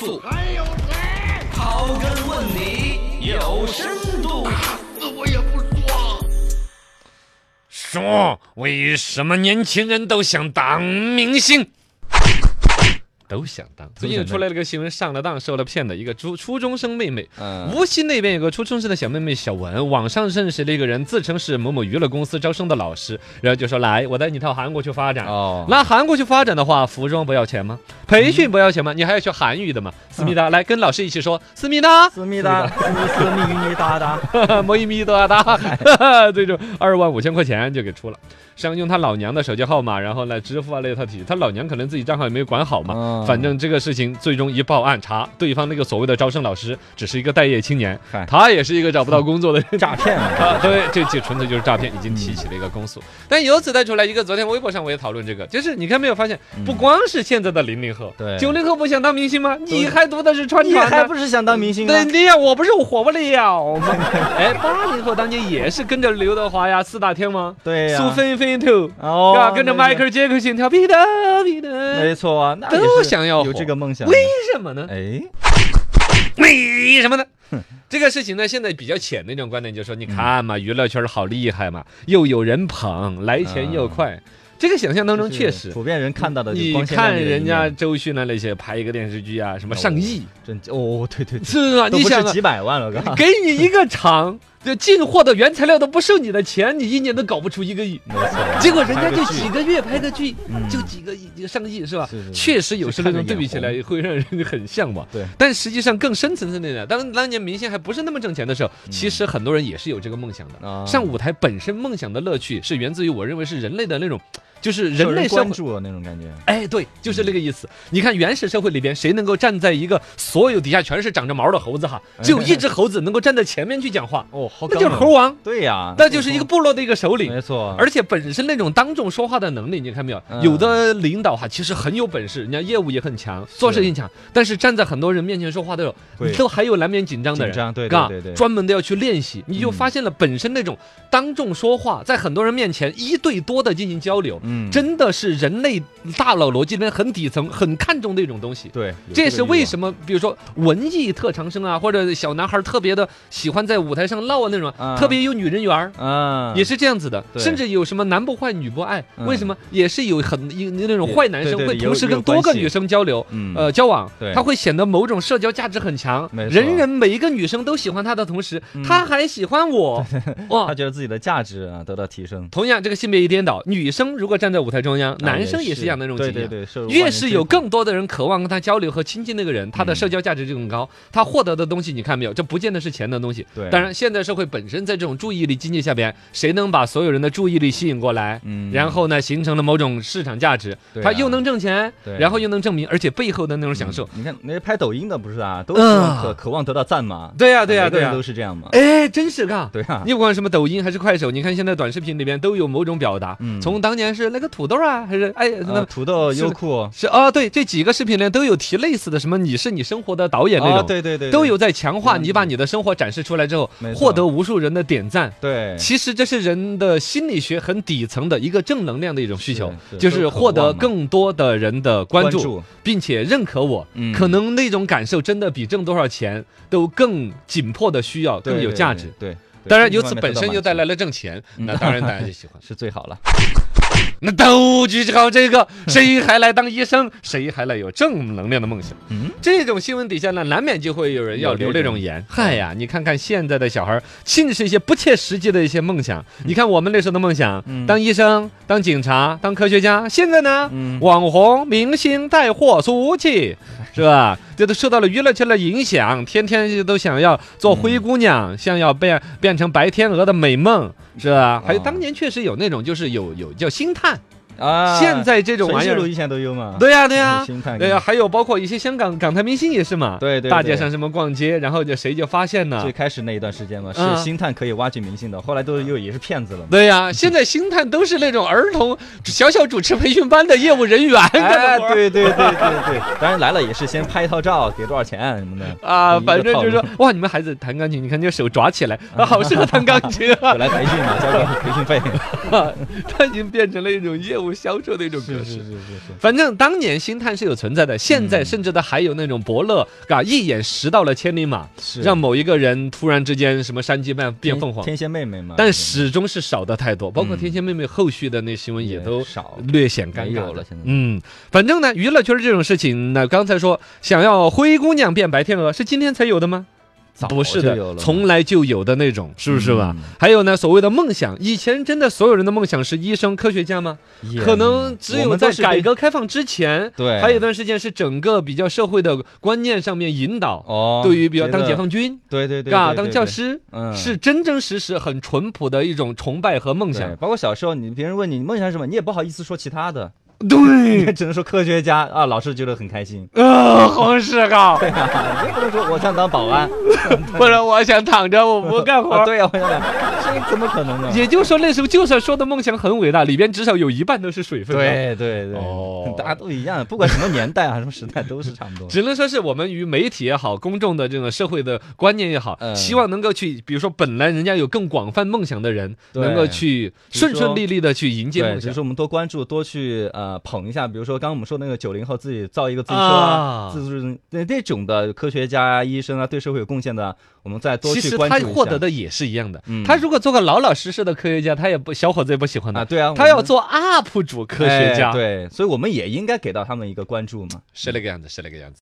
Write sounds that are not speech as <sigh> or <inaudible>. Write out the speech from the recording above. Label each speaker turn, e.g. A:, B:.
A: 富，还有谁？刨根问底有深度，
B: 打死我也不说。
C: 说为什么年轻人都想当明星？都想当。最近出来了个新闻，上了当受了骗的一个初初中生妹妹。
A: 嗯，
C: 无锡那边有个初中生的小妹妹小文，网上认识了一个人，自称是某某娱乐公司招生的老师，然后就说来，我带你到韩国去发展。
A: 哦，
C: 那韩国去发展的话，服装不要钱吗？培训不要钱吗？你还要学韩语的吗？思 <laughs> 密达，来跟老师一起说，思密达，
D: 思密达，思密密达达，
C: <laughs> 摩一米多啊大，最终二万五千块钱就给出了。实际上用他老娘的手机号码，然后来支付啊类他提，他老娘可能自己账号也没有管好嘛。
A: 嗯
C: 反正这个事情最终一报案查，对方那个所谓的招生老师只是一个待业青年
A: 嗨，
C: 他也是一个找不到工作的人。
D: 诈骗嘛。
C: 啊，对，这就纯粹就是诈骗，已经提起了一个公诉。但由此带出来一个，昨天微博上我也讨论这个，就是你看没有发现，不光是现在的零零后，
A: 对
C: 九零后不想当明星吗？你还读的是川
D: 你
C: 传
D: 还
C: 呢
D: 不。是想当明星啊
C: 对？你呀，我不是我火不了吗？哎，八零后当年也是跟着刘德华呀、四大天王、
D: 对呀，
C: 苏菲菲特，
D: 哦，
C: 啊，跟着迈
D: 那
C: 克
D: 个，
C: 尔·杰克逊跳彼得彼得，
D: 没错啊，那
C: 都
D: 也是
C: 想要
D: 有
C: 火
D: 这个梦想。啊
C: 为什么呢？
A: 哎，
C: 为什么呢？这个事情呢，现在比较浅的一种观点就是说，你
D: 嗯
C: 看嘛，娱乐圈好厉害嘛，又有人捧，来钱又快。这个想象当中
D: 嗯就是
C: 确实，
D: 普遍人看到的就
C: 你
D: 光鲜亮
C: 看
D: 丽的一
C: 人家
D: 面
C: 周迅啊那些拍一个电视剧啊，什么上亿，
D: 真哦，对对，对
C: 是啊，
D: 都
C: <laughs> 你
D: 不
C: 想
D: 是
C: 啊
D: 几，百万了，哥。
C: <laughs> 给你一个厂，就进货的原材料都不收你的钱，你一年都搞不出
D: <laughs>
C: 一个亿。
D: 没错，
C: 结果人家
D: 拍个
C: 就
D: 剧
C: 几个月拍个剧，
D: 嗯
C: 就几个亿、就上亿是吧？
D: 是是是
C: 确实有时候那种
D: 就看着
C: 对比起来
D: 眼
C: 会让人很向往。
D: 对，
C: 但实际上更深层次的呢，当当年明星还不是那么挣钱的时候，其实很多人也是有这个梦想的。
D: 嗯啊
C: 上舞台本身梦想的乐趣是源自于我认为是人类的那种，就是
D: 受
C: 人类社
D: 关
C: 会。
D: 注那种感觉。
C: 哎，对，就是那个意思。你看原始社会里边，谁能够站在一个所有底下全是长着毛的猴子哈，只有一只猴子能够站在前面去讲话，
D: 哦，哎好
C: 那
D: 感
C: 就是
D: 人
C: 猴。王，
D: 对呀，
C: 那就是一个部落的一个首领
D: 没。错，
C: 而且本身那种当众说话的能力，你看没有？
D: 嗯
C: 有的领导哈，其实很有本事，人家业务也很强，做事情强，但是站在很多人面前说话的时候，
D: 会
C: 你都还有难免紧张的人，
D: 紧张对
C: 嘎
D: 对对对
C: 专门都要去练习。你就发现了本身那种当众说话，在很多人面前一对多的进行交流，
D: 嗯
C: 真的是人类大脑逻辑里面很底层、很看重的一种东西。
D: 对，
C: 这也是为什
D: 么
C: 么，比如说文艺特长生啊，或者小男孩特别的喜欢在舞台上闹啊那种，
D: 嗯
C: 特别有女人缘儿。
D: 啊
C: 也是这样子的，
D: 对
C: 甚至有什么男不坏女不爱，
D: 嗯
C: 为什么也是有很有那种
D: 也
C: 坏男生
D: 对对
C: 会
D: 对
C: 同
D: 有
C: 时
D: 有
C: 跟多个
D: 关系
C: 女生交流，
D: 嗯
C: 呃，交往
D: 对，
C: 他会显得某种社交价值很强，
D: 没错
C: 人人每一个女生都喜欢他的同时，
D: 嗯
C: 他还喜欢
D: <laughs>
C: 我，哇
D: 他！觉得自己的价值啊得到提升，
C: 同样，这个性别一颠倒，女生如果站在舞台中央，男生也是一样的那种景
D: 啊对
C: 象
D: 对。对，受
C: 越
D: 万
C: 是
D: 人
C: 有
D: 追
C: 更多的人渴望跟他交流和亲近那个人，他的
D: 嗯
C: 社交价值就更高。他获得的东西，你看没有？这不见得是钱的东西。
D: 对
C: 当然，现代社会本身在这种注意力经济下边，谁能把所有人的注意力吸引过来？
D: 嗯
C: 然后呢，形成了某种市场价值，
D: 对啊
C: 他又能挣钱，
D: 对啊嗯
C: 然后又能证明，而且背后的那种享受。
D: 你看那些拍抖音的不是啊，都希望
C: 啊
D: 渴渴望得到赞嘛。啊
C: 对呀，对呀，
D: 每个
C: 对
D: 人
C: 呀
D: 都，是这样嘛。
C: 哎，真是嘎。
D: 对啊，
C: 你不管什么抖音还是快手，你看现在短视频里边都有某种表达，
D: 嗯
C: 从当年是那个土豆啊，还是哎那
D: 呃土豆、
C: 是的
D: 优酷
C: 是啊，对，这几个视频里都有提类似的，什么你是你生活的导演那种，
D: 啊对对对对
C: 都有在强化你把你的生活展示出来之后
D: 没，错
C: 获得无数人的点赞。
D: 对，
C: 其实这是人的心理学很底层的一个正能量的一种需求，
D: 是是
C: 就是
D: 都渴
C: 获得
D: 望嘛
C: 更多的人的关注，
D: 关注
C: 并且认可我。
D: 嗯
C: 可能那种感受真的比挣多少钱都更紧迫的需要，
D: 对
C: 更有
D: 对
C: 价
D: 对
C: 值。
D: 对，对
C: 当然，
D: 这
C: 由
D: 方
C: 此
D: 面
C: 本
D: 得到
C: 身
D: 满
C: 就
D: 足嗯
C: 带来了挣钱，那当然大家就喜欢。
D: 是最好了。
C: 那都去搞这个，谁还来当医生？谁还来有正能量的梦想？
D: 嗯，
C: 这种新闻底下呢，难免就会有人要留
D: 有
C: 这
D: 这
C: 种
D: 种嗯
C: 言。嗨呀，你看看现在的小孩儿，尽是一些不切实际的一些梦想。你看我们那时候的梦想，
D: 嗯
C: 当医生、当警察、当科学家，现在呢？
D: 嗯，
C: 网红、明星带货出
D: <laughs>
C: 去，是吧？这都受到了娱乐圈的影响，天天都想要做灰姑
D: 嗯
C: 娘，想要变变成白天鹅的美梦，是吧？还有
D: 啊
C: 当年确实有那种，就是有有叫星探，
D: 啊，
C: 现在这种玩意
D: 陈世
C: 儿
D: 鲁，以前都有嘛。
C: 对呀、对呀、
D: <laughs> 嗯星探
C: 对呀、还有包括一些香港港台明星也是嘛，
D: 对对
C: 大
D: 对
C: 街上什么逛街，然后就谁就发现呢
D: 最？开始那一段时间嘛，
C: 嗯
D: 是星探可以挖掘明星的，后来都又也是骗子了嘛。
C: 对呀、现在星探都是那种儿童小小主持培训班的业务人员干的
D: 哎，
C: 活儿。
D: 对对对对对，当然来了也是先拍一套照，给多少钱什么的，
C: 啊，
D: 一个
C: 反正就是说
D: 套，
C: 哇，你们孩子弹钢琴，你看这手抓起来，啊，
D: <laughs>
C: 好适合弹钢琴啊 <laughs>
D: 就！来培训嘛，交个培训费。
C: 他已经变成了一种业务种销售的一种格式。
D: 是是是，
C: 反正当年星探是有存在的，现在
D: 嗯
C: 甚至的还有那种伯乐，啊，一眼识到了千里马，
D: 是
C: 让某一个人突然之间什么山鸡变变凤凰，
D: 天仙妹妹嘛，
C: 但
D: 这种
C: 始终是少的太多。包括
D: 嗯
C: 天仙妹妹后续的那新闻也都
D: 少，
C: 略显尴
D: 没
C: 尬
D: 有了现在
C: 嗯，反正呢，娱乐圈这种事情呢，刚才说想要灰姑娘变白天鹅是今天才有的吗？
D: 早
C: 不是
D: 就有
C: 的，
D: 了
C: 从来就有的那种，是不是吧？
D: 嗯
C: 还有呢，所谓的梦想，以前真的所有人的梦想是医生、科学家吗？
D: 也
C: 可能只
D: 我
C: 有
D: 们
C: 在
D: 都是被
C: 改革开放之前，
D: 对
C: 还有一段时间是整个比较社会的观念上面引导，
D: 哦，
C: 对于比如
D: 觉
C: 当
D: 得
C: 解放军，
D: 对对对，
C: 嘎，
D: 对
C: 当教，师
D: 对对嗯，
C: 是真真实实很淳朴的一种崇拜和梦
D: 对
C: 想。
D: 包括小时候你别人问你梦想是什么，你也不好意思说其他的， <laughs>
C: 对，
D: 只能说科学家啊，老师觉得很开心， <laughs>
C: 呃，好是嘎，
D: 不能说我想当保安，
C: <laughs> 不然我想躺着，我不干活
D: 啊 <laughs>
C: 儿。
D: 对呀，我想当，这怎么可能呢？
C: 也就是说，那时候就算说的梦想很伟大，里边至少有一半都是水分。。
D: 对对对，
C: 哦
D: 大家都一样，不管什么年代啊，什么时代都是差不多。
C: 只能说是我们与媒体也好，公众的这种社会的观念也好，
D: 嗯
C: 希望能够去，比如说本来人家有更广泛梦想的人，
D: 对
C: 能够去
D: 比如说
C: 顺顺利利的去迎接
D: 对，
C: 梦
D: 只
C: 想
D: 是。我们多关注，多去呃捧一下，比如说刚刚我们说那个九零后自己造一个自行车啊，
C: 啊
D: 自制那那种的科学家啊、医生啊，对社会有贡献的，我们再多
C: 其
D: 去
C: 实
D: 关
C: 他
D: 注一
C: 获得
D: 下。
C: 的也是一样的，
D: 嗯
C: 他如果做个老老实实的科学家，他也不小伙子也不喜欢的
D: 啊，对啊，
C: 他要
D: 我们哎
C: 做 UP 主科学家，
D: 哎对，所以我们也应该给到他们一个关注嘛。
C: 是那个样子，是那个样子。